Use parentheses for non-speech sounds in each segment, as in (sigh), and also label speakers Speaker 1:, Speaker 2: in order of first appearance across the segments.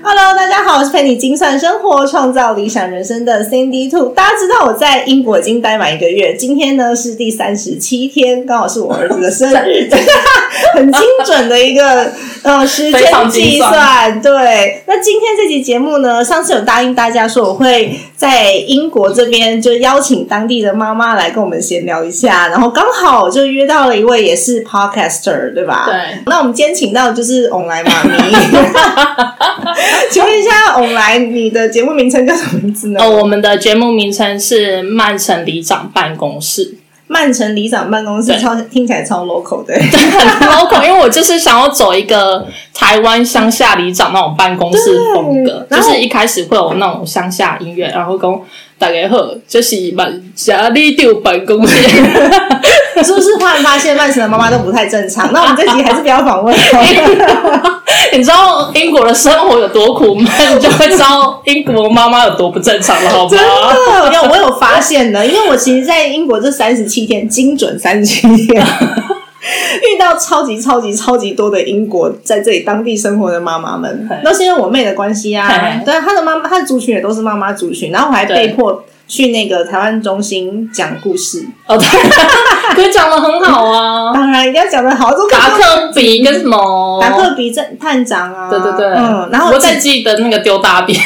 Speaker 1: Hello，大家好，我是陪你精算生活、创造理想人生的 Cindy Two。大家知道我在英国已经待满一个月，今天呢是第三十七天，刚好是我儿子的生日， (laughs) 很精准的一个呃时间
Speaker 2: 非常
Speaker 1: 计
Speaker 2: 精算
Speaker 1: 算。对，那今天这期节目呢，上次有答应大家说我会在英国这边就邀请当地的妈妈来跟我们闲聊一下，然后刚好我就约到了一位也是 podcaster，对吧？。
Speaker 2: 对，
Speaker 1: 那我们今天请到的就是online 妈咪， (laughs) 请问一下 online，你的节目名称叫什么名字呢？
Speaker 2: 哦，我们的节目名称是曼城里长办公室， (laughs)
Speaker 1: 曼城里长办公室
Speaker 2: 对
Speaker 1: 超听起来超 local 的，
Speaker 2: 很 local，因为我就是想要走一个台湾乡下里长那种办公室风格，
Speaker 1: 对
Speaker 2: 就
Speaker 1: 然后
Speaker 2: 是一开始会有那种乡下音乐，然后跟大家好，就是曼城里长办公室，
Speaker 1: (laughs)
Speaker 2: (laughs)
Speaker 1: 是不是？忽然发现曼城的妈妈都不太正常。那我们这集还是不要访问哦
Speaker 2: (laughs)
Speaker 1: 了。
Speaker 2: 你知道英国的生活有多苦吗？你就会知道英国妈妈有多不正常了， (laughs) 好吗？
Speaker 1: 真的，有我有发现的，因为我其实，在英国这三十七天，精准三十七
Speaker 2: (laughs)
Speaker 1: 天。遇到超级超级超级多的英国在这里当地生活的妈妈们
Speaker 2: 嘿，
Speaker 1: 都是因为我妹的关系啊
Speaker 2: 嘿。
Speaker 1: 对，她的妈妈，她的族群也都是妈妈族群，然后我还
Speaker 2: 对
Speaker 1: 被迫去那个台湾中心讲故事，
Speaker 2: 哦，对，可是讲的很好啊，
Speaker 1: 当 (laughs) 然一定要讲的好，这个
Speaker 2: 达克比跟什么
Speaker 1: 达克比探探长啊，
Speaker 2: 哦对对对，
Speaker 1: 嗯，然后
Speaker 2: 我
Speaker 1: 在
Speaker 2: 只记得那个丢
Speaker 1: (laughs)
Speaker 2: 大便，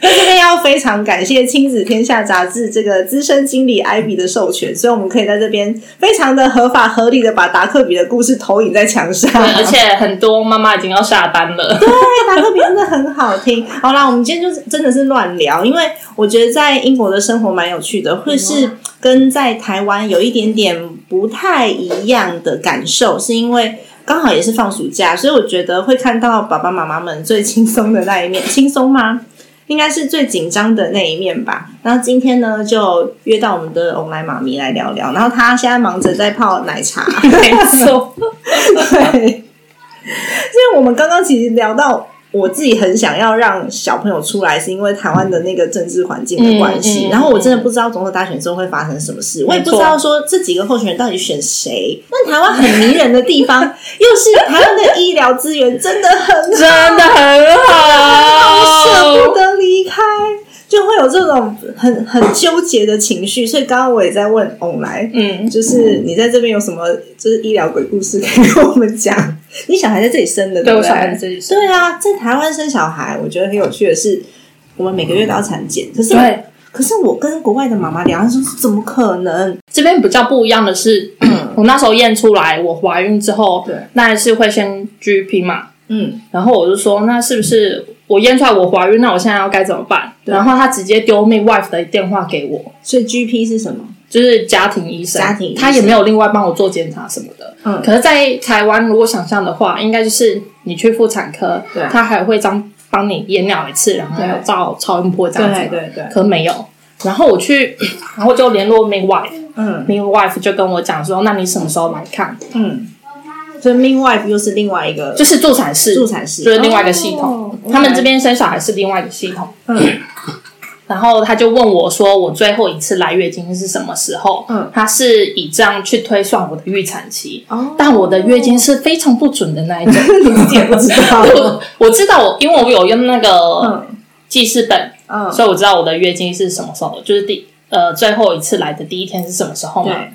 Speaker 1: 在这边要非常感谢《亲子天下》杂志这个资深经理艾比的授权，所以我们可以在这边非常的合法合理的把达克比的故事投影在墙上。
Speaker 2: 对，而且很多妈妈已经要下班了，
Speaker 1: 对啊达克比真的很好听。好啦，我们今天就是真的是乱聊，因为我觉得在英国的生活蛮有趣的，会是跟在台湾有一点点不太一样的感受，是因为。刚好也是放暑假，所以我觉得会看到爸爸妈妈们最轻松的那一面。轻松吗？应该是最紧张的那一面吧。然后今天呢，就约到我们的欧莱妈咪来聊聊。然后她现在忙着在泡奶茶，
Speaker 2: (laughs) 没错， (laughs)
Speaker 1: 对，因为我们刚刚其实聊到，我自己很想要让小朋友出来，是因为台湾的那个政治环境的关系。
Speaker 2: 嗯嗯
Speaker 1: 然后我真的不知道总统大选之后会发生什么事，我也不知道说这几个候选人到底选谁。但台湾很迷人的地方，又是台湾的医疗资源真的很好
Speaker 2: 真的很
Speaker 1: 我舍不
Speaker 2: 好，
Speaker 1: 得离开，就会有这种很很纠结的情绪。所以刚刚我也在问翁来，
Speaker 2: 嗯，
Speaker 1: 就是你在这边有什么就是医疗鬼故事可以跟我们讲？你小孩在这里生的，对不
Speaker 2: 我
Speaker 1: 对？
Speaker 2: 小孩自己
Speaker 1: 对啊，在台湾生小孩，我觉得很有趣的是，我们每个月都要产检，可是
Speaker 2: 对，
Speaker 1: 可是我跟国外的妈妈聊，她说怎么可能？
Speaker 2: 这边比较不一样的是， (clears throat) 我那时候验出来我怀孕之后，
Speaker 1: 对，
Speaker 2: 那是会先 GP 嘛，
Speaker 1: 嗯，
Speaker 2: 然后我就说，那是不是我验出来我怀孕，那我现在要该怎么办？
Speaker 1: 对
Speaker 2: 然后他直接丢 midwife 的电话给我，
Speaker 1: 所以 GP 是什么？
Speaker 2: 就是家庭医生，
Speaker 1: 家庭医生
Speaker 2: 他也没有另外帮我做检查什么的。
Speaker 1: 嗯
Speaker 2: 可是，在台湾如果想象的话，应该就是你去妇产科
Speaker 1: 对，
Speaker 2: 他还会帮帮你验尿一次，然后
Speaker 1: 对
Speaker 2: 还有照超音波这样子。
Speaker 1: 对对，
Speaker 2: 可没有。然后我去， (clears throat) 然后就联络 midwife，midwife
Speaker 1: 嗯
Speaker 2: 就跟我讲说，那你什么时候来看？
Speaker 1: 嗯，所以 midwife 又是另外一个
Speaker 2: 就是助产士，
Speaker 1: 助产士，
Speaker 2: 就是另外一个系统。
Speaker 1: 哦
Speaker 2: 他们这边生小孩是另外一个系统。
Speaker 1: 嗯
Speaker 2: 然后他就问我说：“我最后一次来月经是什么时候？”
Speaker 1: 嗯
Speaker 2: 他是以这样去推算我的预产期，
Speaker 1: 哦
Speaker 2: (laughs) 但我的月经是非常不准的那一种。
Speaker 1: 你自己也不知道，
Speaker 2: 我哦我知道我，因为我有用那个
Speaker 1: (laughs) 嗯
Speaker 2: 记事本，
Speaker 1: 嗯，
Speaker 2: 所以我知道我的月经是什么时候，就是第呃最后一次来的第一天是什么时候嘛
Speaker 1: 对。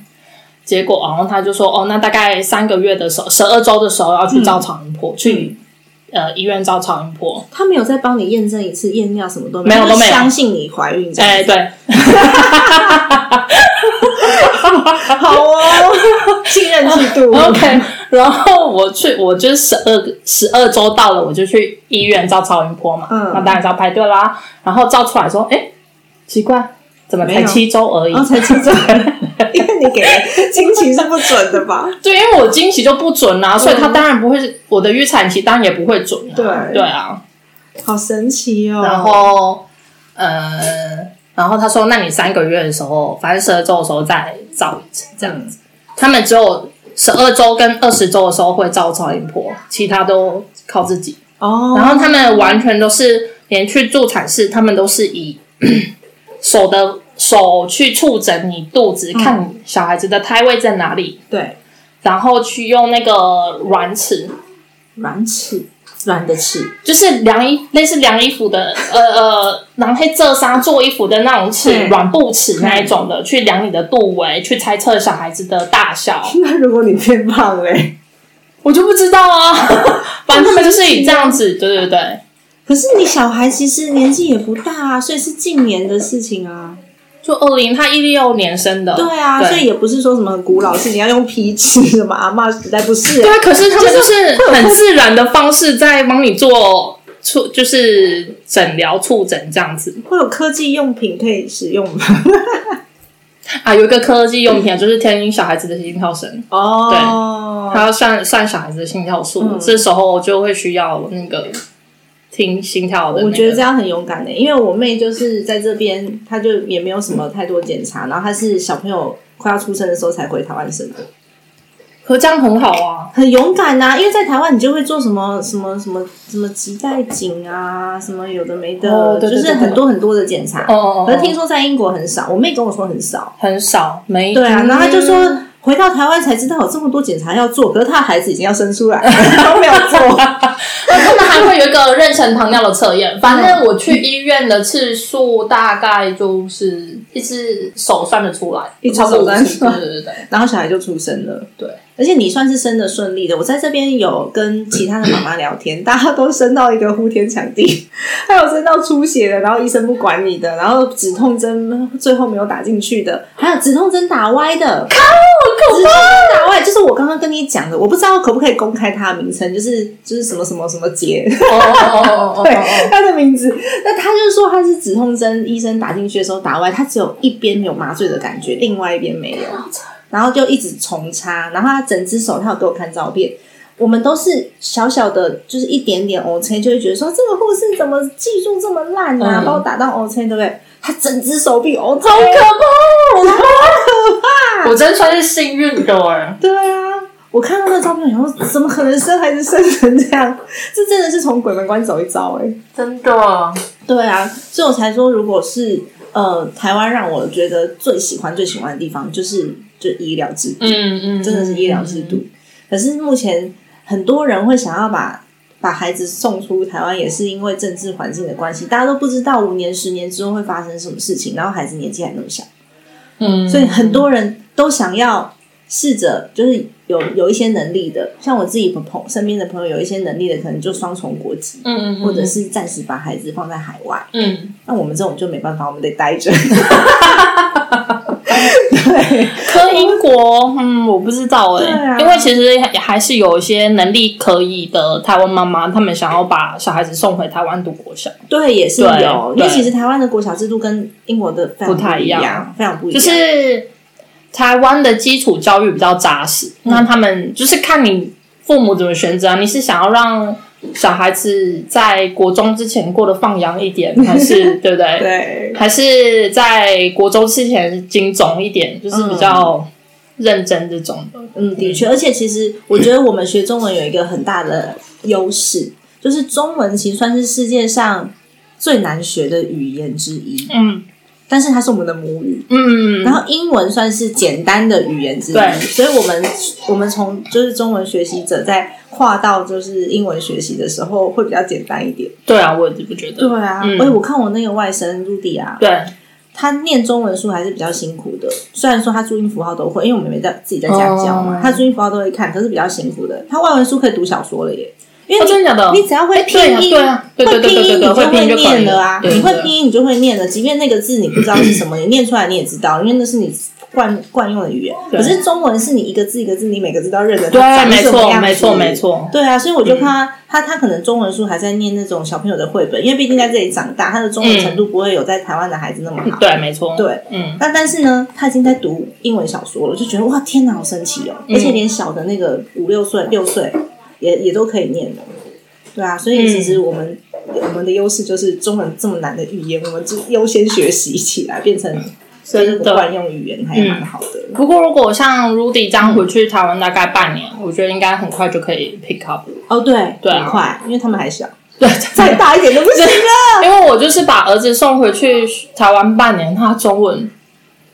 Speaker 2: 结果，然后他就说：“哦，那大概三个月的时候，十二周的时候要去照超音
Speaker 1: 嗯
Speaker 2: 波，去呃医院照超音波。”
Speaker 1: 他没有再帮你验证一次验尿什么都
Speaker 2: 没有
Speaker 1: 他就
Speaker 2: 都没有
Speaker 1: 相信你怀孕这样
Speaker 2: 哎、
Speaker 1: 子，
Speaker 2: 对，
Speaker 1: 好哦， (laughs) 信任制度
Speaker 2: (laughs) OK，然后我去，我就是十二个十二周到了，我就去医院照超音波嘛，
Speaker 1: 嗯
Speaker 2: 那当然是要排队啦。然后照出来说，哎，奇怪，怎么
Speaker 1: 没
Speaker 2: 才
Speaker 1: 有
Speaker 2: 七周而已？
Speaker 1: 哦，才七周，因为你给的惊奇是不准的
Speaker 2: (laughs)
Speaker 1: 吧？
Speaker 2: 对，因为我经期就不准啦、所以他当然不会是我的预产期，当然也不会准、啊。
Speaker 1: 对
Speaker 2: 对啊，
Speaker 1: 好神奇哦！
Speaker 2: 然后呃，然后他说，那你三个月的时候，反正十二周的时候再照一次，这样子。他们只有十二周跟二十周的时候会照超音波，其他都靠自己。
Speaker 1: 哦，
Speaker 2: 然后他们完全都是连去助产室，他们都是以手的手去触诊你肚子，看你小孩子的胎位在哪里，
Speaker 1: 对
Speaker 2: 然后去用那个软尺，
Speaker 1: 软尺软的
Speaker 2: (laughs)
Speaker 1: 尺，
Speaker 2: 就是量衣类似量衣服的，呃呃，然后折纱做衣服的那种尺，
Speaker 1: 嗯
Speaker 2: 软布尺那一种的，去量你的肚围，去猜测小孩子的大小。
Speaker 1: 那如果你变胖嘞？
Speaker 2: (laughs) 我就不知道啊， (laughs) 反正他们就是以这样 (laughs) 子，对对对。
Speaker 1: 可是你小孩其实年纪也不大啊，所以是近年的事情啊。
Speaker 2: 就二零，他一六年生的，
Speaker 1: 对啊，所以也不是说什么很古老的事情，要用皮尺什么阿嬷时代不是欸、
Speaker 2: 对啊，可是他们就是很自然的方式在帮你做促，就是诊疗触诊这样子
Speaker 1: 会有科技用品可以使用吗？
Speaker 2: 啊。有一个科技用品啊，就是天津小孩子的心跳声，
Speaker 1: 哦，
Speaker 2: 它要算算小孩子的心跳数，
Speaker 1: 嗯
Speaker 2: 这时候就会需要那个听心跳的、那个
Speaker 1: 我觉得这样很勇敢的、欸因为我妹就是在这边，她就也没有什么太多检查，然后她是小朋友快要出生的时候才回台湾生的，
Speaker 2: 可这样很好啊。
Speaker 1: 很勇敢呐、因为在台湾你就会做什么什么什么什么脐带颈啊，什么有的没的，
Speaker 2: 哦对对
Speaker 1: 就是很多很多的检查。
Speaker 2: 哦哦哦，
Speaker 1: 可是听说在英国很少，我妹跟我说很少。
Speaker 2: 很少，没
Speaker 1: 对啊，然后她就说
Speaker 2: 嗯
Speaker 1: 回到台湾才知道有这么多检查要做，可是她的孩子已经要生出来了，都没有做。
Speaker 2: 他们还会有一个妊娠糖尿的测验。反正我去医院的次数大概就是一只手算得出来，
Speaker 1: 一只
Speaker 2: 超过
Speaker 1: 手
Speaker 2: 五
Speaker 1: 算
Speaker 2: 次。对对对对，
Speaker 1: 然后小孩就出生了。
Speaker 2: 对，
Speaker 1: 而且你算是生的顺利的。我在这边有跟其他的妈妈聊天，大家都生到一个呼天抢地，还有生到出血的，然后医生不管你的，然后止痛针最后没有打进去的，还有止痛针打歪的，靠，止痛针打歪，就是我刚刚跟你讲的，我不知道可不可以公开它的名称，就是就是什么什么什么节，
Speaker 2: 哦哦哦哦
Speaker 1: 对， (laughs) 他的名字。那他就说他是止痛针，医生打进去的时候打歪，他只有一边有麻醉的感觉，另外一边没有，然后就一直重插，然后他整只手，他有给我看照片。我们都是小小的，就是一点点 O C，就会觉得说这个护士怎么技术这么烂啊，
Speaker 2: 嗯
Speaker 1: 把我打到 O C，对不对？他整只手臂 O C，好
Speaker 2: 哦，我真算是幸运的哎。
Speaker 1: 对啊，我看到那照片，然后怎么可能生孩子生成这样？这真的是从鬼门关走一遭哎、
Speaker 2: 真的，
Speaker 1: 对啊，所以我才说，如果是呃，台湾让我觉得最喜欢、最喜欢的地方，就是就医疗制度，
Speaker 2: 嗯嗯，
Speaker 1: 真的是医疗制度。可是目前很多人会想要把把孩子送出台湾，也是因为政治环境的关系，大家都不知道五年、十年之后会发生什么事情，然后孩子年纪还那么小，
Speaker 2: 嗯，嗯，
Speaker 1: 所以很多人都想要试着，就是有有一些能力的，像我自己朋身边的朋友，有一些能力的，可能就双重国籍，
Speaker 2: 嗯，嗯嗯，
Speaker 1: 或者是暂时把孩子放在海外。
Speaker 2: 嗯，
Speaker 1: 那我们这种就没办法，我们得待
Speaker 2: (laughs)
Speaker 1: 着。
Speaker 2: 科英国，嗯，我不知道
Speaker 3: 欸
Speaker 2: 哎、
Speaker 1: 对啊
Speaker 2: 因为其实也还是有一些能力可以的台湾妈妈，他们想要把小孩子送回台湾读国小。
Speaker 1: 对，也是
Speaker 2: 对
Speaker 1: 有，因为
Speaker 2: 对
Speaker 1: 其实台湾的国小制度跟英国的非常
Speaker 2: 不太
Speaker 1: 一
Speaker 2: 一样
Speaker 1: 样，非常不一
Speaker 2: 就
Speaker 1: 样。
Speaker 2: 是台湾的基础教育比较扎实，
Speaker 3: 嗯
Speaker 2: 那他们就是看你父母怎么选择啊。你是想要让小孩子在国中之前过得放羊一点，还
Speaker 3: (laughs)
Speaker 2: 是对不对？
Speaker 1: 对，
Speaker 2: 还是在国中之前精总一点，就是比较认真这种的。
Speaker 1: 嗯，的确，而且其实我觉得我们学中文有一个很大的优势，就是中文其实算是世界上最难学的语言之一，
Speaker 2: 嗯
Speaker 1: 但是它是我们的母语。
Speaker 2: 嗯，
Speaker 1: 然后英文算是简单的语言之一，
Speaker 2: 对
Speaker 1: 所以我们我们从就是中文学习者在跨到就是英文学习的时候会比较简单一点。
Speaker 2: 对啊，我也不觉得。
Speaker 1: 对啊，
Speaker 2: 嗯
Speaker 1: 而且我看我那个外甥陆地啊，
Speaker 2: 对，
Speaker 1: 他念中文书还是比较辛苦的。虽然说他注音符号都会，因为我们没在自己在家教嘛
Speaker 2: 哦
Speaker 1: 他注音符号都会看，可是比较辛苦的。他外文书可以读小说了耶，因为
Speaker 2: 哦，
Speaker 1: 你、
Speaker 2: 真的假的？
Speaker 1: 你只要
Speaker 3: 哎
Speaker 1: 会拼音，
Speaker 2: 对啊，对
Speaker 1: 会
Speaker 2: 对对
Speaker 1: 拼音
Speaker 2: 对对
Speaker 1: 你
Speaker 2: 对，
Speaker 1: 就
Speaker 2: 会拼音就可
Speaker 1: 念
Speaker 2: 以
Speaker 1: 了啊，
Speaker 2: 对
Speaker 1: 你
Speaker 2: 对 (clears throat)
Speaker 1: 会拼音你就会念了，即便那个字你不知道是什么，你念出来你也知道，因为那是你惯惯用的语言。
Speaker 3: 对
Speaker 1: 可是中文是你一个字一个字，你每个字都要认得它
Speaker 3: 对，
Speaker 1: 长
Speaker 3: 没
Speaker 1: 什么
Speaker 3: 错，
Speaker 1: 样
Speaker 3: 没错，
Speaker 1: 子
Speaker 3: 没。错。
Speaker 1: 对啊，所以我就看
Speaker 2: 嗯
Speaker 1: 他、他他可能中文书还在念那种小朋友的绘本，因为毕竟在这里长大，他的
Speaker 2: 嗯
Speaker 1: 中文程度不会有在台湾的孩子那么好。
Speaker 3: 对，没错。
Speaker 1: 对，
Speaker 3: 嗯，
Speaker 1: 那但是呢，他已经在读英文小说了，就觉得哇，天哪，好神奇哦！
Speaker 3: 嗯
Speaker 1: 而且连小的那个五六岁、六岁也也都可以念的，哦对啊，所以其实我们、我们的优势就是中文这么难的语言，我们就优先学习起来，变成
Speaker 3: 真
Speaker 1: 不
Speaker 3: 的。
Speaker 1: 惯用语言，还蛮好的。
Speaker 2: 嗯
Speaker 3: 不过，如果像 Rudy 这样回去台湾大概半年，我觉得应该很快就可以 pick up 了。
Speaker 1: 哦，对，
Speaker 3: 对啊
Speaker 1: 很快，因为他们还小，
Speaker 3: 对，
Speaker 1: 再大一点就不行啊了。
Speaker 3: 因为我就是把儿子送回去台湾半年，他中文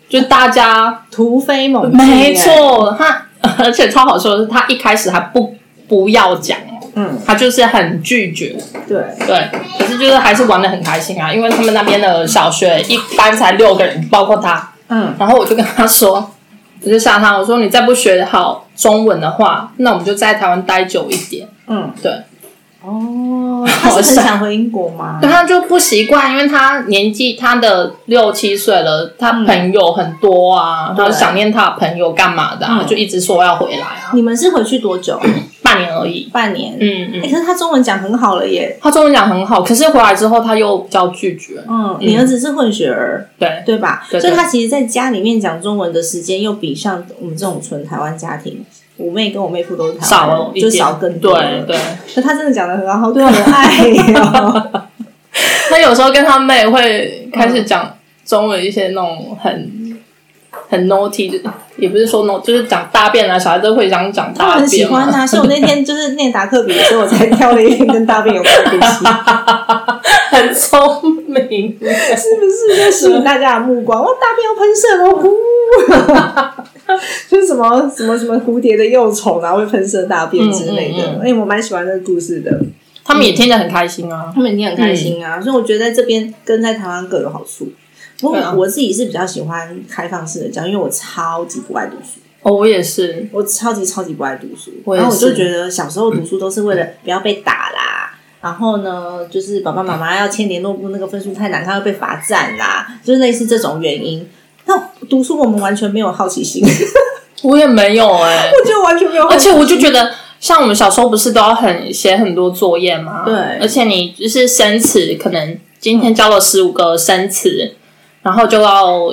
Speaker 3: 就大家
Speaker 1: 突飞猛进，
Speaker 3: 没，错，他 (laughs) 而且超好笑的是，他一开始还不不要讲，
Speaker 1: 嗯，
Speaker 3: 他就是很拒绝，
Speaker 1: 对，
Speaker 3: 对，可是就是还是玩的很开心啊，因为他们那边的小学一班才六个人，包括他，
Speaker 1: 嗯，
Speaker 3: 然后我就跟他说， (laughs) 我就吓他，我说你再不学好中文的话，那我们就在台湾待久一点，
Speaker 1: 嗯，
Speaker 3: 对，
Speaker 1: 哦，他是很想回英国吗？
Speaker 3: 对他就不习惯，因为他年纪他的六七岁了，他朋友很多啊，他
Speaker 1: 对
Speaker 3: 想念他的朋友干嘛的、啊，
Speaker 1: 嗯
Speaker 3: 就一直说要回来啊，
Speaker 1: 你们是回去多久？
Speaker 3: 半年而已，
Speaker 1: 半年，
Speaker 3: 嗯
Speaker 1: 欸
Speaker 3: 嗯，
Speaker 1: 可是他中文讲很好了耶。
Speaker 3: 他中文讲很好，可是回来之后他又比较拒绝，
Speaker 1: 嗯，你儿子是混血儿，
Speaker 3: 对
Speaker 1: 对吧？
Speaker 3: 对
Speaker 1: 所以
Speaker 3: 对
Speaker 1: 他其实在家里面讲中文的时间，又比像我们这种纯台湾家庭，我妹跟我妹夫都是台
Speaker 3: 少
Speaker 1: 湾
Speaker 3: 了
Speaker 1: 人，
Speaker 3: 一
Speaker 1: 就
Speaker 3: 点，
Speaker 1: 少更多
Speaker 3: 对
Speaker 1: 了。
Speaker 3: 对。啊
Speaker 1: 那他真的讲的很好，好可爱
Speaker 3: (laughs)
Speaker 1: 哦。
Speaker 3: 他有时候跟他妹会开始讲中文一些那种很很 naughty，就也不是说 no，就是讲大便啊，小孩都会想讲
Speaker 1: 他
Speaker 3: 大
Speaker 1: 们
Speaker 3: 便嘛。
Speaker 1: 很喜欢
Speaker 3: (laughs)
Speaker 1: 啊，所以我那天就是念达克比的时候，我才挑了一篇跟大便有关的东
Speaker 3: (laughs)
Speaker 1: 西，
Speaker 3: 很聪明。
Speaker 1: 是不是就吸引大家的目光？哇，大便要喷射哦，呼！ (laughs) 就是什么什么什么蝴蝶的幼虫啊，会喷射大便之类的。哎、
Speaker 3: 嗯嗯
Speaker 1: 我蛮喜欢这个故事的。
Speaker 3: 他们也听得很开心啊。
Speaker 1: 他们一定很开心啊，所以我觉得在这边跟在台湾各有好处。不过
Speaker 3: 嗯对啊
Speaker 1: 我自己是比较喜欢开放式的教，因为我超级不爱读书，
Speaker 3: 哦，我也是，
Speaker 1: 我超级超级不爱读书。
Speaker 3: 我也
Speaker 1: 然
Speaker 3: 是
Speaker 1: 后我就觉得小时候读书都是为了不要被打啦，然后呢，就是爸爸妈妈要签联络簿，那个分数太难看会被罚站啦，就是类似这种原因。那读书我们完全没有好奇心， (laughs) 我
Speaker 3: 我也没有哎、
Speaker 1: 觉得完全没有好
Speaker 3: 而
Speaker 1: 奇
Speaker 3: 且
Speaker 1: 心。
Speaker 3: 我就觉得，像我们小时候不是都要很写很多作业吗？
Speaker 1: 对
Speaker 3: 而且你就是生词，可能今天教了十五个生词，然后就要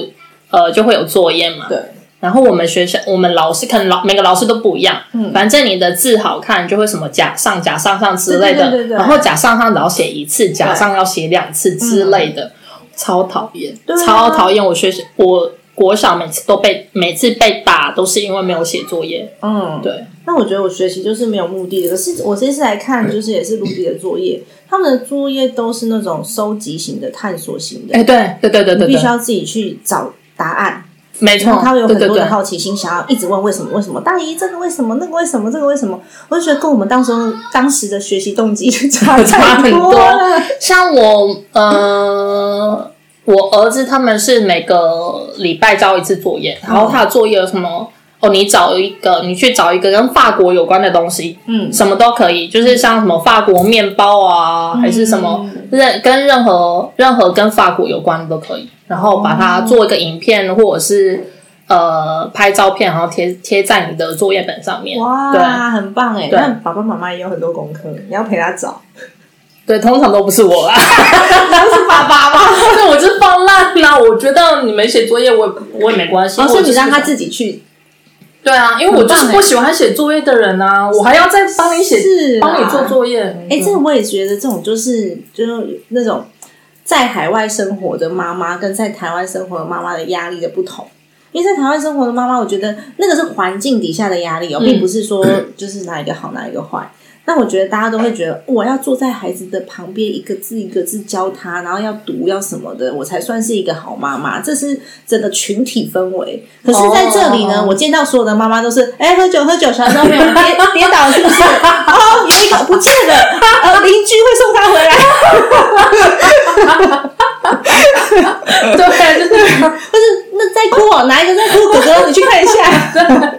Speaker 3: 呃就会有作业嘛。
Speaker 1: 对。
Speaker 3: 然后我们学校，我们老师可能老每个老师都不一样，
Speaker 1: 嗯
Speaker 3: 反正你的字好看就会什么甲上、甲上上之类的，
Speaker 1: 对对对对对
Speaker 3: 然后甲上上只要写一次，甲上要写两次之类的，超讨厌，
Speaker 1: 嗯对啊
Speaker 3: 超讨厌！我学习我国小每次都被每次被打都是因为没有写作业，
Speaker 1: 嗯，
Speaker 3: 对，
Speaker 1: 那我觉得我学习就是没有目的的。可是我这次来看，就是也是卢比的作业，他们的作业都是那种收集型的、探索型的，
Speaker 3: 哎，对对对对对
Speaker 1: 必须
Speaker 3: 对，
Speaker 1: 要自己去找答案。
Speaker 3: 没错
Speaker 1: 然后，他会有
Speaker 3: 对
Speaker 1: 很
Speaker 3: 对
Speaker 1: 多
Speaker 3: 对
Speaker 1: 的，好奇心，想要一直问为什么为什么大姨这个为什么那个为什么这个为什么，我就觉得跟我们当时候当时的学习动机就差
Speaker 3: 差
Speaker 1: 太
Speaker 3: 很
Speaker 1: 多
Speaker 3: 多 (laughs)
Speaker 1: 了。。
Speaker 3: 像我，呃，我儿子他们是每个礼拜交一次作业，然
Speaker 1: 嗯
Speaker 3: 后他的作业有什么？哦，你找一个，你去找一个跟法国有关的东西，
Speaker 1: 嗯
Speaker 3: 什么都可以，就是像什么法国面包啊，还是什么
Speaker 1: 嗯
Speaker 3: 任跟任何任何跟法国有关的都可以，然后把它
Speaker 1: 哦
Speaker 3: 做一个影片，或者是呃拍照片，然后贴贴在你的作业本上面。对
Speaker 1: 哇，很棒哎！
Speaker 3: 对
Speaker 1: 那爸爸妈妈也有很多功课，你要陪他找。
Speaker 3: 对，通常都不是我
Speaker 2: (laughs)
Speaker 3: 啦，都是爸爸吧？对，我是放烂啦。我觉得你没写作业，我也我也没关系。
Speaker 1: 哦，所以
Speaker 3: 我
Speaker 1: 你
Speaker 3: 就是
Speaker 1: 让他自己去，
Speaker 3: 对啊，因为我就是
Speaker 1: 很棒欸
Speaker 3: 不喜欢写作业的人啊，我还要再帮你写，
Speaker 1: 是
Speaker 3: 帮你做
Speaker 1: 业。
Speaker 3: 作业。
Speaker 1: 哎、这个我也觉得，这种就是就是那种在海外生活的妈妈跟在台湾生活的妈妈的压力的不同。因为在台湾生活的妈妈，我觉得那个是环境底下的压力哦，并不是说就是哪一个好哪一个坏。那我觉得大家都会觉得，我要坐在孩子的旁边，一个字一个字教他，然后要读要什么的，我才算是一个好妈妈。这是整个群体氛围。可是在这里呢，
Speaker 3: 哦
Speaker 1: 我见到所有的妈妈都是，哎、喝酒喝酒，小孩都没有人跌跌倒了是不是？哦，有一个不见了，呃，邻居会送他回来，
Speaker 3: 对，就是
Speaker 1: 不是那在哭哦，哪一个在哭？哥哥，你去看一下。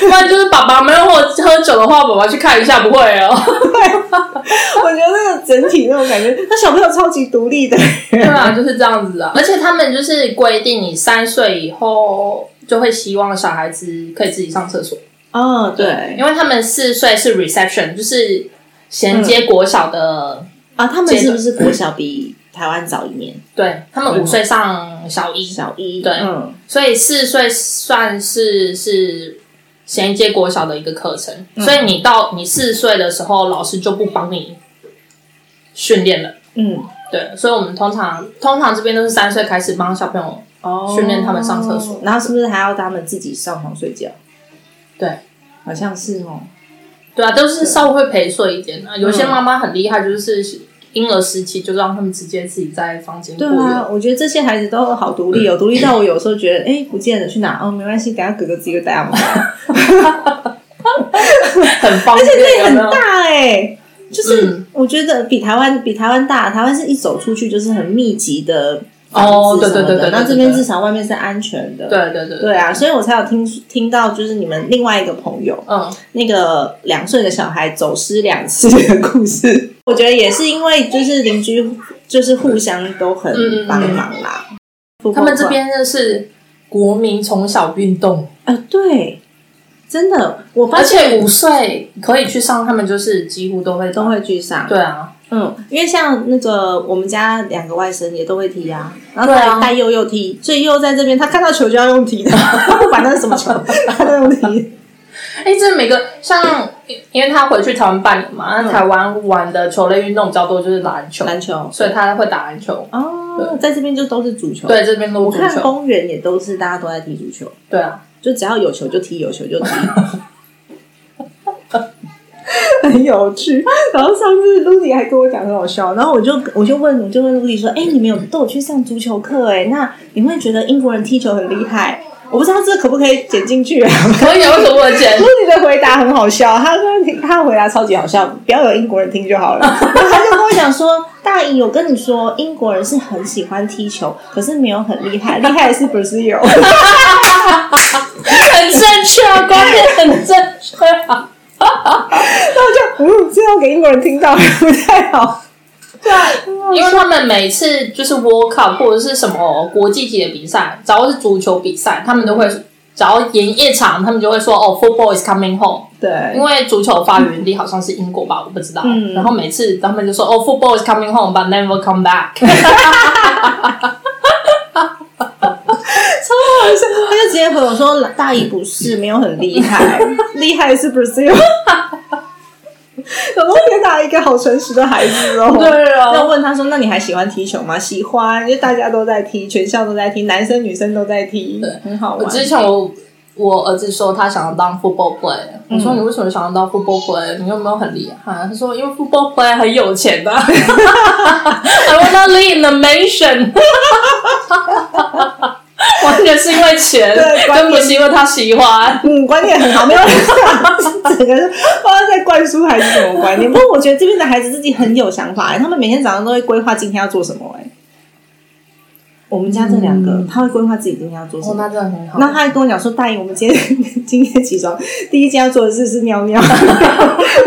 Speaker 3: 不然就是爸爸没有或
Speaker 2: 喝酒的话，爸爸去看一下，不会 (laughs) 哦。
Speaker 1: 我觉得那个整体那种感觉，那小朋友超级独
Speaker 2: (laughs)
Speaker 1: 立的，
Speaker 2: 对啊，就是这样子啊。而且他们就是规定，你三岁以后就会希望小孩子可以自己上厕所，
Speaker 1: 哦，对
Speaker 2: 因为他们四岁是 reception，就是衔
Speaker 3: 嗯
Speaker 2: 接国小的，
Speaker 1: 啊，他们是不是国小比台湾早一年？
Speaker 2: 对他们五岁上小一，
Speaker 1: 小一，
Speaker 2: 对
Speaker 1: 嗯，
Speaker 2: 所以四岁算是是衔接国小的一个课程，所以你到你四岁的时候，老师就不帮你训练了。
Speaker 1: 嗯，
Speaker 2: 对，所以我们通常通常这边都是三岁开始帮小朋友，
Speaker 1: 哦
Speaker 2: 训练他们上厕所，
Speaker 1: 然后是不是还要他们自己上床睡觉？
Speaker 2: 对，
Speaker 1: 好像是哦，
Speaker 2: 对啊，都是稍微会陪睡一点啊。有些妈妈很厉害，就是婴儿时期就让他们直接自己在房间过
Speaker 1: 对
Speaker 2: 夜。
Speaker 1: 啊，我觉得这些孩子都好独立哦，独立到我有时候觉得，哎，不见了，去哪？哦，没关系，等下哥哥自己就带啊他们来，
Speaker 2: 很方
Speaker 1: 而
Speaker 2: 便，
Speaker 1: 且这
Speaker 2: 有
Speaker 1: 很
Speaker 2: 没有
Speaker 1: 大哎、就是
Speaker 2: 嗯
Speaker 1: 我觉得比台湾比台湾大，台湾是一走出去就是很密集的
Speaker 2: 哦
Speaker 1: 房子
Speaker 2: 对
Speaker 1: 什
Speaker 2: 对
Speaker 1: 么的
Speaker 2: 对对对
Speaker 1: 那
Speaker 2: 对
Speaker 1: 这边
Speaker 2: 对
Speaker 1: 至少外面是安全的，
Speaker 2: 对对对
Speaker 1: 对，啊，所以我才有听听到就是你们另外一个朋友，
Speaker 2: 嗯，
Speaker 1: 那个两岁的小孩走失两次的故事， (laughs) 我觉得也是因为就是邻居就是互相都很
Speaker 2: 嗯嗯嗯
Speaker 1: 帮忙啦。
Speaker 2: 他们这边真的是国民从小运动，
Speaker 1: 啊、呃，对，真的，我发
Speaker 2: 而
Speaker 1: 现
Speaker 2: 且五岁可以去上，他们就是几乎都会
Speaker 1: 都会去上，
Speaker 2: 对啊，
Speaker 1: 嗯，因为像那个我们家两个外甥也都会踢啊，然后
Speaker 2: 对
Speaker 1: 带、
Speaker 2: 啊
Speaker 1: 带佑佑踢，所以佑佑在这边他看到球就要用
Speaker 2: (laughs)
Speaker 1: 踢的，不管那是什么球，他都用踢。
Speaker 2: 哎，这每个像，因为他回去台湾半年嘛，那台湾玩的球类运动比较多就是 (laughs) 嗯篮球，
Speaker 1: 篮球
Speaker 2: 所以他会打篮球。
Speaker 1: 哦，在这边就都是足球，，
Speaker 2: 对，这边都
Speaker 1: 我
Speaker 2: 是
Speaker 1: 看
Speaker 2: 足球，
Speaker 1: 公园也都是大家都在踢足球。
Speaker 2: 对啊，
Speaker 1: 就只要有球就踢，有球就踢。 (laughs) 很有趣，然后上次露迪还跟我讲很好笑，然后我就我就问我就问露迪说：“哎、你们有都有去上足球课哎、那你会觉得英国人踢球很厉害？我不知道这可不可以剪进去啊？”
Speaker 2: 可以啊，为什么我剪
Speaker 1: 露？迪的回答很好笑，他说他回答超级好笑，不要有英国人听就好了。然后他就跟我讲说：“大姨，我跟你说，英国人是很喜欢踢球，可是没有很厉害，厉害的是 b 是有。
Speaker 2: 很正确啊，观念很正确啊。
Speaker 1: 那我就嗯，这样给英国人听到不太好。
Speaker 2: (laughs) 因为他们每次就是 World Cup 或者是什么国际级的比赛，只要是足球比赛，他们都会只要演一场，他们就会说哦，football is coming home，
Speaker 1: (laughs) 对，(laughs)
Speaker 2: 因为足球发源地好像是英国吧，我不知道。
Speaker 1: 嗯
Speaker 2: 然后每次他们就说哦，football is coming home，but never come back。 (laughs)
Speaker 1: 超好笑。他就直接回我说：“大姨不是没有很厉害， (laughs) 厉害是 (laughs) Brazil。”怎么天打一个好诚实的孩子哦？ (laughs)
Speaker 2: 啊
Speaker 1: 要问他说：“那你还喜欢踢球吗？”喜欢，因为大家都在踢，全校都在踢，男生女生都在踢，很好
Speaker 2: 我
Speaker 1: 玩。
Speaker 2: 之前 (laughs) 我我儿子说他想要当 football player，我说你为什么想要当 football player？你有没有很厉害？他说因为 football player 很有钱的、啊、，I wanna live in a (laughs) mansion 。完全是因为钱
Speaker 1: 对，观
Speaker 2: 跟不是因为他喜欢。
Speaker 1: 嗯，观念很好，没有整个是不知道在灌输孩子什么观念。不过我觉得这边的孩子自己很有想法、欸他们每天早上都会规划今天要做什么、哎，我们家这两个，他会规划自己今天要做什
Speaker 2: 嗯哦，
Speaker 1: 么。
Speaker 2: 那真的很好
Speaker 1: 然。后他还跟我讲说：“大姨，我们今天 (laughs) 今天起床第一件要做的事是尿 (laughs) 尿。”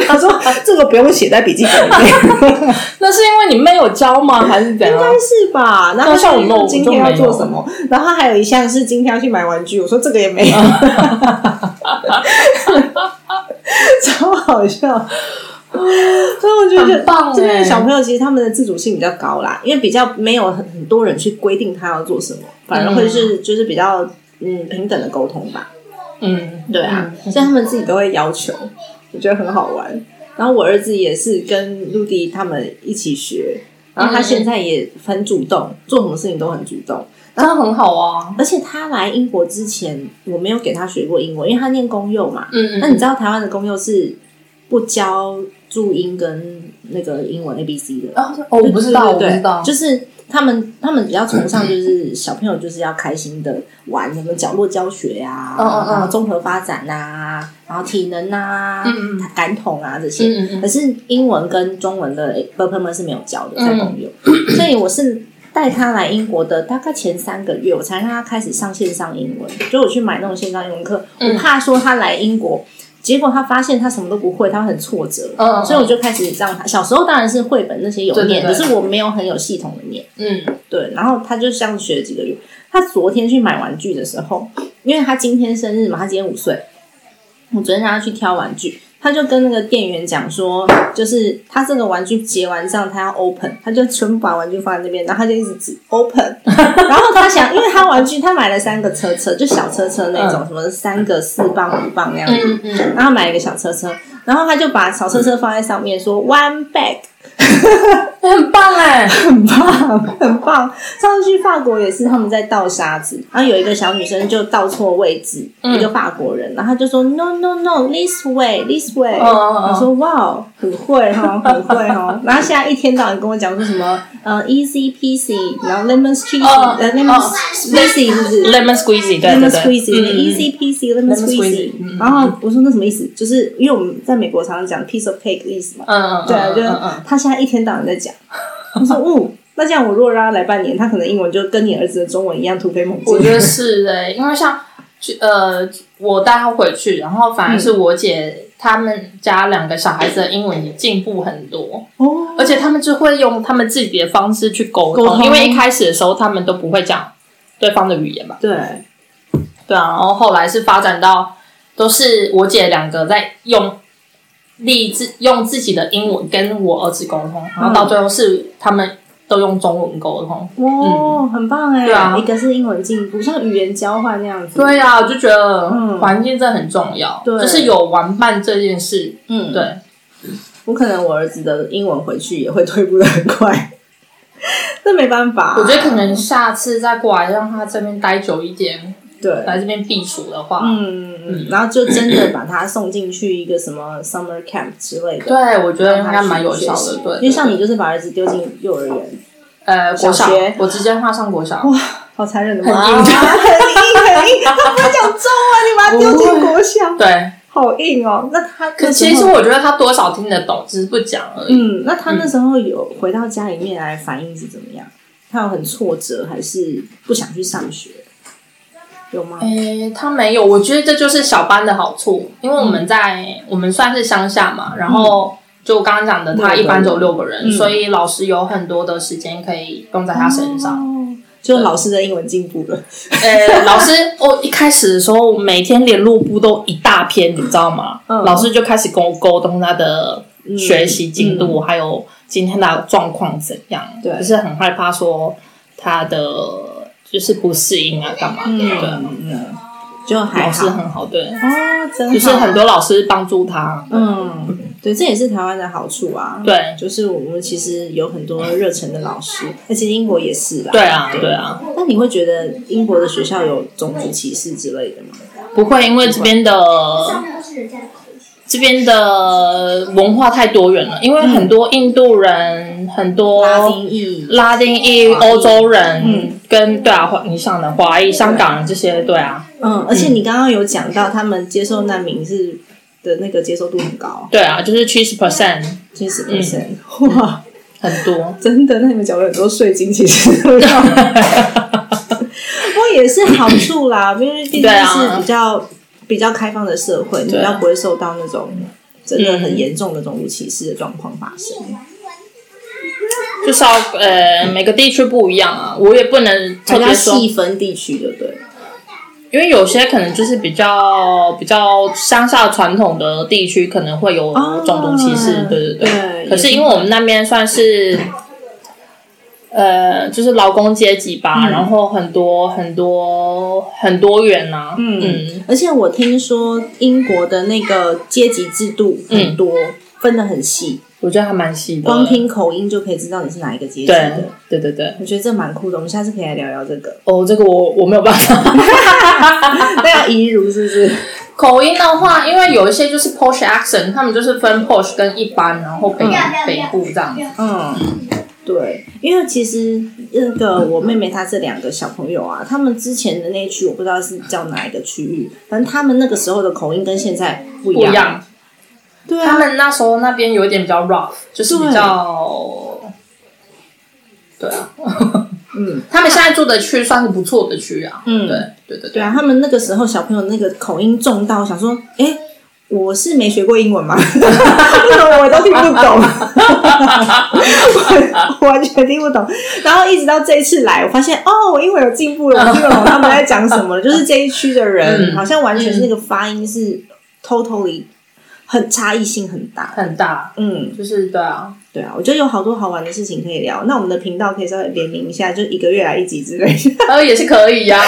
Speaker 1: 他说：“这个不用写在笔记本里面，
Speaker 2: 那是因为你妹有教吗？还是怎样
Speaker 1: 应？该是吧？”然后
Speaker 2: 那像我们
Speaker 1: 说
Speaker 2: 我
Speaker 1: 今
Speaker 2: 就
Speaker 1: 天要
Speaker 2: 没
Speaker 1: 做
Speaker 2: 有
Speaker 1: 什么？然后他还有一项是今天要去买玩具。我说：“这个也没
Speaker 2: (laughs)
Speaker 1: 有，超好笑。”所以我就觉得
Speaker 2: 很棒
Speaker 1: 这边
Speaker 2: 欸
Speaker 1: 的小朋友其实他们的自主性比较高啦，因为比较没有很很多人去规定他要做什么，反而会是就是比较嗯平等的沟通吧。
Speaker 2: 嗯，
Speaker 1: 对啊，
Speaker 2: 嗯
Speaker 1: 所以他们自己都会要求，我觉得很好玩。然后我儿子也是跟陆迪他们一起学，然后他现在也很主动，做什么事情都很主动。
Speaker 2: 真的很好啊。
Speaker 1: 而且他来英国之前，我没有给他学过英文，因为他念公幼嘛。
Speaker 2: 嗯
Speaker 1: 那你知道台湾的公幼是不教注音跟那个英文 A B C 的？
Speaker 2: 啊哦，我不知道，
Speaker 1: 对
Speaker 2: 我不
Speaker 1: 对对
Speaker 2: 知道。嗯
Speaker 1: 就是他们他们比较崇尚就是小朋友就是要开心的玩什么角落教学啊，
Speaker 2: 嗯嗯嗯
Speaker 1: 然后综合发展啊，然后体能啊，
Speaker 2: 嗯嗯
Speaker 1: 感统啊这些。
Speaker 2: 嗯嗯
Speaker 1: 可
Speaker 2: 嗯，
Speaker 1: 是英文跟中文的 b u r p e m 是没有教的，在公有，
Speaker 2: 嗯
Speaker 1: (coughs) 所以我是带他来英国的大概前三个月，我
Speaker 2: 嗯
Speaker 1: 才让他开始上线上英文。就我去买那种线上英文课，我怕说他来英国结果他发现他什么都不会，他会很挫折。
Speaker 2: 嗯
Speaker 1: 所以我就开始让他小时候当然是绘本那些有
Speaker 2: 对对
Speaker 1: 念，
Speaker 2: 对
Speaker 1: 可是我没有很有系统的念。
Speaker 2: 嗯
Speaker 1: 对，然后他就这样学了几个月。他昨天去买玩具的时候，因为他今天生日嘛，他今天五岁。我昨天让他去挑玩具，他就跟那个店员讲说，就是他这个玩具结完账，他要 open，他就全部把玩具放在那边，然后他就一直指
Speaker 2: (laughs)
Speaker 1: open。然后他想，因为他玩具他买了三个车车，就小车车那种，什么三个四磅五磅那样子。
Speaker 2: 嗯嗯，
Speaker 1: 然后买了一个小车车，然后他就把小车车放在上面说 one bag，
Speaker 2: 很棒哎，
Speaker 1: 很棒， (laughs) 很棒。上次去法国也是，他们在倒沙子，然后有一个小女生就倒错位置，
Speaker 2: 嗯
Speaker 1: 一个法国人，然后她就说 no no no this way this way。
Speaker 2: 嗯嗯嗯
Speaker 1: 我说哇哦，很会哈，很会哈。然后现在一天到晚跟我讲说什么呃 easy peasy，然后 lemon squeezy，、
Speaker 2: 哦
Speaker 1: 呃 lemon
Speaker 2: 哦
Speaker 1: squeezy 是不是？
Speaker 2: lemon squeezy，对
Speaker 1: lemon
Speaker 2: 对对，
Speaker 1: squeezy、easy peasy lemon
Speaker 2: Lemon squeezy，嗯
Speaker 1: squeezy，然后我说那什么意思？就是因为我们在美国常常讲 piece of cake 的意思嘛，
Speaker 2: 嗯嗯，
Speaker 1: 对啊，就
Speaker 2: 嗯嗯，
Speaker 1: 他现在一天到晚在讲，我说哦，那这样我如果让他来半年，他可能英文就跟你儿子的中文一样突飞猛进。
Speaker 2: 我觉得是哎，因为像呃，我带他回去，然后反而是我姐他们家两个小孩子的英文也进步很多，
Speaker 1: 哦，
Speaker 2: 而且他们就会用他们自己的方式去沟通，
Speaker 1: 沟通
Speaker 2: 因为一开始的时候他们都不会讲对方的语言嘛。
Speaker 1: 对，
Speaker 2: 对啊，然后后来是发展到都是我姐两个在用力自用自己的英文跟我儿子沟通，然后到最后是他们都用中文沟通。
Speaker 1: 哇，很棒哎，
Speaker 2: 对啊
Speaker 1: 一个是英文进步，像语言交换那样子。，
Speaker 2: 对啊，我就觉得
Speaker 1: 嗯
Speaker 2: 环境真的很重要，
Speaker 1: 对
Speaker 2: 就是有玩伴这件事。
Speaker 1: 嗯，
Speaker 2: 对，
Speaker 1: 我可能我儿子的英文回去也会退步的很快， (laughs) 这没办法，啊
Speaker 2: 我觉得可能下次再过来让他这边待久一点，
Speaker 1: 对。
Speaker 2: 来这边避暑的话，
Speaker 1: 嗯，嗯然后就真的把他送进去一个什么 summer camp 之类的，
Speaker 2: 对我觉嗯得应
Speaker 1: 让他
Speaker 2: 该蛮有
Speaker 1: 去
Speaker 2: 效
Speaker 1: 学
Speaker 2: 的
Speaker 1: 习。
Speaker 2: 对，
Speaker 1: 因为像
Speaker 2: 对
Speaker 1: 你就是把儿子丢进幼儿园，
Speaker 2: 呃，国小
Speaker 1: 小学，
Speaker 2: 我直接画上国小。
Speaker 1: (laughs) 好残忍的妈
Speaker 2: 很硬
Speaker 1: 妈，很硬 (laughs) 很硬，他不会讲中文，你把他丢进国小，
Speaker 2: 对，
Speaker 1: 好硬哦。那他那
Speaker 2: 可
Speaker 1: 时候
Speaker 2: 其实我觉得他多少听得懂，只是不讲而已。
Speaker 1: 嗯，那他那时候有回到家里面来反应是怎么样？他有很挫折，还是不想去上学？有吗？
Speaker 2: 嗯诶、他没有，我觉得这就是小班的好处，因为我们在、我们算是乡下嘛，然后就刚刚讲的，他一班只有嗯六个人，
Speaker 1: 嗯
Speaker 2: 所以老师有很多的时间可以用在他身上。
Speaker 1: 哦，就是老师的英文进步了，
Speaker 2: (laughs) 呃、老师，我、一开始的时候每天联络簿都一大篇，你知道吗？
Speaker 1: 嗯
Speaker 2: 老师就开始跟我沟通他的学习进度，还有今天的状况怎样，
Speaker 1: 对
Speaker 2: 就是很害怕说他的就是不适应啊，干嘛的，对，
Speaker 1: 嗯嗯，就还
Speaker 2: 老师
Speaker 1: 好
Speaker 2: 很好，对，
Speaker 1: 哦，真好
Speaker 2: 就是很多老师帮助他，
Speaker 1: 嗯，对，这也是台湾的好处啊。
Speaker 2: 对，
Speaker 1: 就是我们其实有很多热忱的老师，那其实英国也是啦。
Speaker 2: 对啊，对啊，
Speaker 1: 那你会觉得英国的学校有种族歧视之类的吗？
Speaker 2: 不会，因为这边的这边的文化太多元了，因为很多印度人，很多
Speaker 1: 拉丁裔，
Speaker 2: 哦拉丁裔、
Speaker 1: 华裔
Speaker 2: 欧洲人，
Speaker 1: 嗯
Speaker 2: 跟对啊，华你想的华裔、香港人这些，对啊，
Speaker 1: 嗯，而且你刚刚有讲到他们接受难民是的那个接受度很高，
Speaker 2: 对啊，就是七十 percent
Speaker 1: 七十 percent，哇，
Speaker 2: 嗯很多， (laughs)
Speaker 1: 真的，那你们缴了很多税金，其实不过也是好处
Speaker 2: (laughs)
Speaker 1: 啦，因为毕竟
Speaker 2: 对
Speaker 1: 是
Speaker 2: 啊
Speaker 1: 比较比较开放的社会，你比
Speaker 2: 对啊
Speaker 1: 较不会受到那种真的很
Speaker 2: 嗯
Speaker 1: 严重的种族歧视的状况发生。
Speaker 2: 就是要呃每个地区不一样啊，我也不能
Speaker 1: 比
Speaker 2: 特
Speaker 1: 较
Speaker 2: 别说，
Speaker 1: 细分地区，对不对？
Speaker 2: 因为有些可能就是比较比较乡下传统的地区可能会有
Speaker 1: 哦
Speaker 2: 种族歧视，对对
Speaker 1: 对
Speaker 2: 可是因为我们那边算是。呃，就是劳工阶级吧，
Speaker 1: 嗯
Speaker 2: 然后很多很多很多元呐、啊，
Speaker 1: 嗯，而且我听说英国的那个阶级制度很多，
Speaker 2: 嗯
Speaker 1: 分的很细，
Speaker 2: 我觉得还蛮细的，
Speaker 1: 光听口音就可以知道你是哪一个阶级
Speaker 2: 对
Speaker 1: 的。
Speaker 2: 对对对，
Speaker 1: 我觉得这蛮酷的，我们下次可以来聊聊这个。 (laughs)
Speaker 2: 哦，这个我我没有办法。
Speaker 1: 那要移如是不是？
Speaker 2: (laughs) 口音的话，因为有一些就是 Posh accent，他们就是分 Posh 跟一般，然后北、北部这样。
Speaker 1: 嗯，对，因为其实那个我妹妹她这两个小朋友啊，他们之前的那一区我不知道是叫哪一个区域，反正他们那个时候的口音跟现在不一
Speaker 2: 不
Speaker 1: 样。
Speaker 2: 一样，
Speaker 1: 对啊，
Speaker 2: 他们那时候那边有一点比较 rough，就是比较，对啊，
Speaker 1: 嗯，
Speaker 2: (laughs) 他们现在住的区算是不错的区啊，
Speaker 1: 嗯
Speaker 2: 对对对
Speaker 1: 对
Speaker 2: 对，
Speaker 1: 啊，他们那个时候小朋友那个口音重到，想说，哎、我是没学过英文吗？ (laughs) 为什么我都听不懂？ (laughs) 我完全听不懂。然后一直到这一次来，我发现哦，我英文有进步
Speaker 2: (laughs)
Speaker 1: 了，我听得懂他们在讲什么了。就是这一区的人、
Speaker 2: 嗯
Speaker 1: 好像完全是那个发音是 totally 很差异性很大。
Speaker 2: 很大，
Speaker 1: 嗯，
Speaker 2: 就是对啊，
Speaker 1: 对啊，我觉得有好多好玩的事情可以聊。那我们的频道可以稍微联名一下，就一个月来一集之类的，
Speaker 2: 然后呃也是
Speaker 1: (laughs)
Speaker 2: 可以呀、啊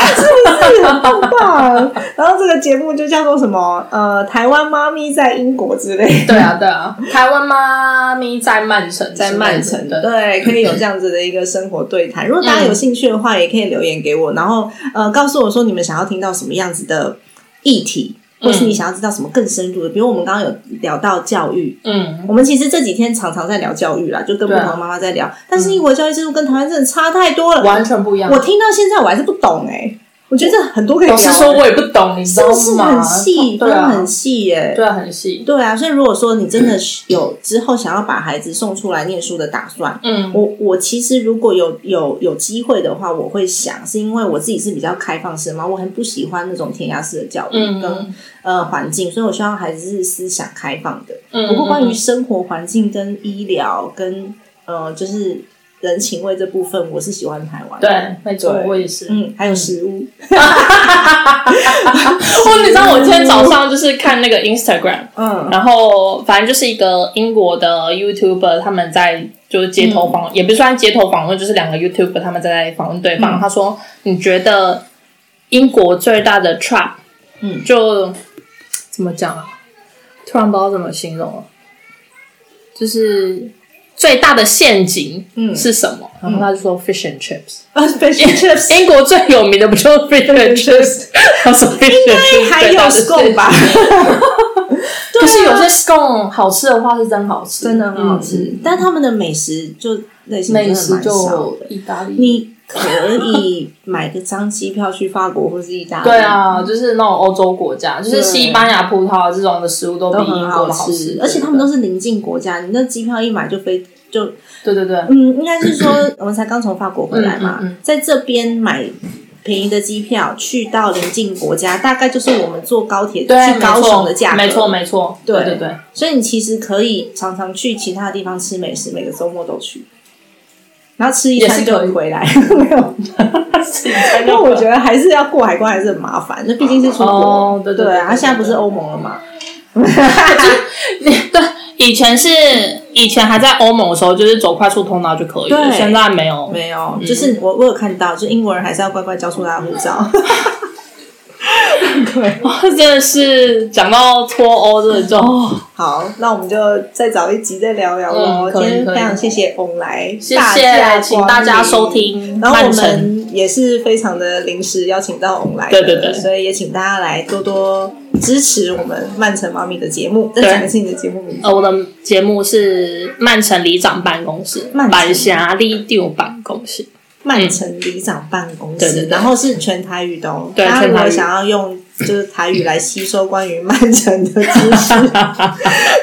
Speaker 1: 很棒吧？然后这个节目就叫做什么？呃，台湾妈咪在英国之类的，
Speaker 2: 对啊，对啊，台湾妈咪 (laughs) 在曼城，
Speaker 1: 在曼城，
Speaker 2: 的，
Speaker 1: 对，可以有这样子的一个生活对谈。如果大家有兴趣的话，也可以留言给我，然后呃，告诉我说你们想要听到什么样子的议题，
Speaker 2: 嗯
Speaker 1: 或是你想要知道什么更深入的，比如我们刚刚有聊到教育，
Speaker 2: 嗯，
Speaker 1: 我们其实这几天常常在聊教育啦，就跟不
Speaker 2: 对啊
Speaker 1: 同的妈妈在聊，但是英国教育制度跟台湾真的差太多了。
Speaker 2: 完全不一样。
Speaker 1: 我听到现在我还是不懂哎、我觉得这很多可以聊
Speaker 2: 老
Speaker 1: 欸。
Speaker 2: 实说，我也不懂，你知
Speaker 1: 是
Speaker 2: 道
Speaker 1: 不是
Speaker 2: 吗？
Speaker 1: 很细，真
Speaker 2: 对
Speaker 1: 的
Speaker 2: 啊，
Speaker 1: 很细耶、
Speaker 2: 对啊，很细。
Speaker 1: 对啊，所以如果说你真的是有之后想要把孩子送出来念书的打算，
Speaker 2: 嗯，
Speaker 1: 我我其实如果有有有机会的话，我会想，是因为我自己是比较开放式嘛，我很不喜欢那种填鸭式的教育
Speaker 2: 嗯
Speaker 1: 跟、呃环境，所以我希望孩子是思想开放的。
Speaker 2: 嗯
Speaker 1: 不过关于
Speaker 2: 嗯
Speaker 1: 生活环境跟医疗跟呃就是人情味这部分，我是喜欢台湾。，
Speaker 2: 对，没错，
Speaker 1: 对
Speaker 2: 我也是。
Speaker 1: 嗯，还有食物，
Speaker 2: 哦，你知道我今天早上就是看那个 Instagram，
Speaker 1: 嗯
Speaker 2: 然后反正就是一个英国的 YouTuber，他们在就是街头
Speaker 1: 嗯
Speaker 2: 访，也不算街头访问，就是两个 YouTuber 他们在访问对
Speaker 1: 嗯
Speaker 2: 方。他说：“你觉得英国最大的 trap，
Speaker 1: 嗯
Speaker 2: 就怎么讲啊？突然不知道怎么形容了，就是最大的陷阱
Speaker 1: 嗯 (laughs)
Speaker 2: 是什么？”然后他就说：“fish and chips。”
Speaker 1: 啊，fish and (laughs) chips，
Speaker 2: 英国最有名的不就是 fish and chips？他说 fish and chips
Speaker 1: 还有 scone 吧， (laughs) 啊
Speaker 2: 可是有些 scone 好吃的话是真好吃，
Speaker 1: 真的很好吃，
Speaker 2: 嗯
Speaker 1: 但他们的美食就类型真
Speaker 2: 美
Speaker 1: 的
Speaker 2: 食
Speaker 1: 蛮少
Speaker 2: 就
Speaker 1: 的。
Speaker 2: 意大利，
Speaker 1: 你可以买个张机票去法国或是意大利，
Speaker 2: 对，啊，就是那种欧洲国家，就是
Speaker 1: 对
Speaker 2: 西班牙、葡萄这种的食物都比
Speaker 1: 都
Speaker 2: 英
Speaker 1: 很
Speaker 2: 国
Speaker 1: 好
Speaker 2: 的好
Speaker 1: 吃，而且他们都是邻近国家，你那机票一买就飞就
Speaker 2: 对对对，
Speaker 1: 嗯，应该是说我们才刚从法国回来嘛，
Speaker 2: 嗯嗯嗯
Speaker 1: 在这边买便宜的机票去到邻近国家，大概就是我们坐高铁
Speaker 2: 对，
Speaker 1: 去高雄的价格，
Speaker 2: 没错，没错，
Speaker 1: 对
Speaker 2: 对对对，
Speaker 1: 所以你其实可以常常去其他地方吃美食，每个周末都去，然后吃一餐
Speaker 2: 也是
Speaker 1: 就
Speaker 2: 可以
Speaker 1: 回来， (laughs) 没
Speaker 2: (laughs)
Speaker 1: 有。因为我觉得还是要过海关还是很麻烦，那毕竟是出国，
Speaker 2: 哦对对
Speaker 1: 对
Speaker 2: 对
Speaker 1: 啊，
Speaker 2: 对
Speaker 1: 现在不是
Speaker 2: 对
Speaker 1: 欧盟了嘛，
Speaker 2: (laughs) 对，以前是以前还在欧盟的时候，就是走快速通道就可以了，
Speaker 1: 对
Speaker 2: 现在没有，
Speaker 1: 没有，就是我我有看到，就英国人还是要乖乖交出他的护
Speaker 2: (laughs)
Speaker 1: 照。对，
Speaker 2: (laughs) 真的是讲到脱欧这种，
Speaker 1: 哦好，那我们就再找一集再聊聊喽。今
Speaker 2: 嗯可以
Speaker 1: 天
Speaker 2: 可以
Speaker 1: 非常谢谢翁来，
Speaker 2: 谢
Speaker 1: 大
Speaker 2: 谢，
Speaker 1: 驾
Speaker 2: 请
Speaker 1: 光
Speaker 2: 大家
Speaker 1: 临
Speaker 2: 收。听
Speaker 1: 然后我
Speaker 2: 曼城。
Speaker 1: 们也是非常的临时邀请到翁来的，
Speaker 2: 对对对
Speaker 1: 所以也请大家来多多支持我们曼城妈咪的节目。再讲一次你的节目名字，
Speaker 2: 呃，我的节目是曼城里长办公室，
Speaker 1: 曼城
Speaker 2: 板峡里长办公室，
Speaker 1: 曼城里长办公
Speaker 2: 对对
Speaker 1: 室，
Speaker 2: 对
Speaker 1: 然后是全台语的哦。
Speaker 2: 对
Speaker 1: 大家如
Speaker 2: 全台
Speaker 1: 果
Speaker 2: 语
Speaker 1: 想要用就是台语来吸收关于曼城的知
Speaker 2: (laughs)
Speaker 1: 识，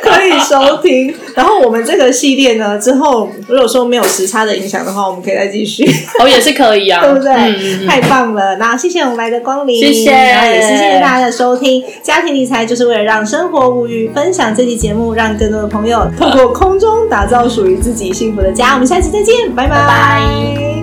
Speaker 1: 可以收听。然后我们这个系列呢，之后如果说没有时差的影响的话，我们可以再继续，
Speaker 2: 哦，也是可以啊，
Speaker 1: (laughs) 对不对？
Speaker 2: 嗯嗯嗯
Speaker 1: 太棒了！那谢谢我们来的光临，
Speaker 2: 谢谢
Speaker 1: 然后也是谢谢大家的收听。家庭理财就是为了让生活无虞，分享这期节目，让更多的朋友透过空中打造属于自己幸福的家。我们下期再见，拜拜
Speaker 2: 拜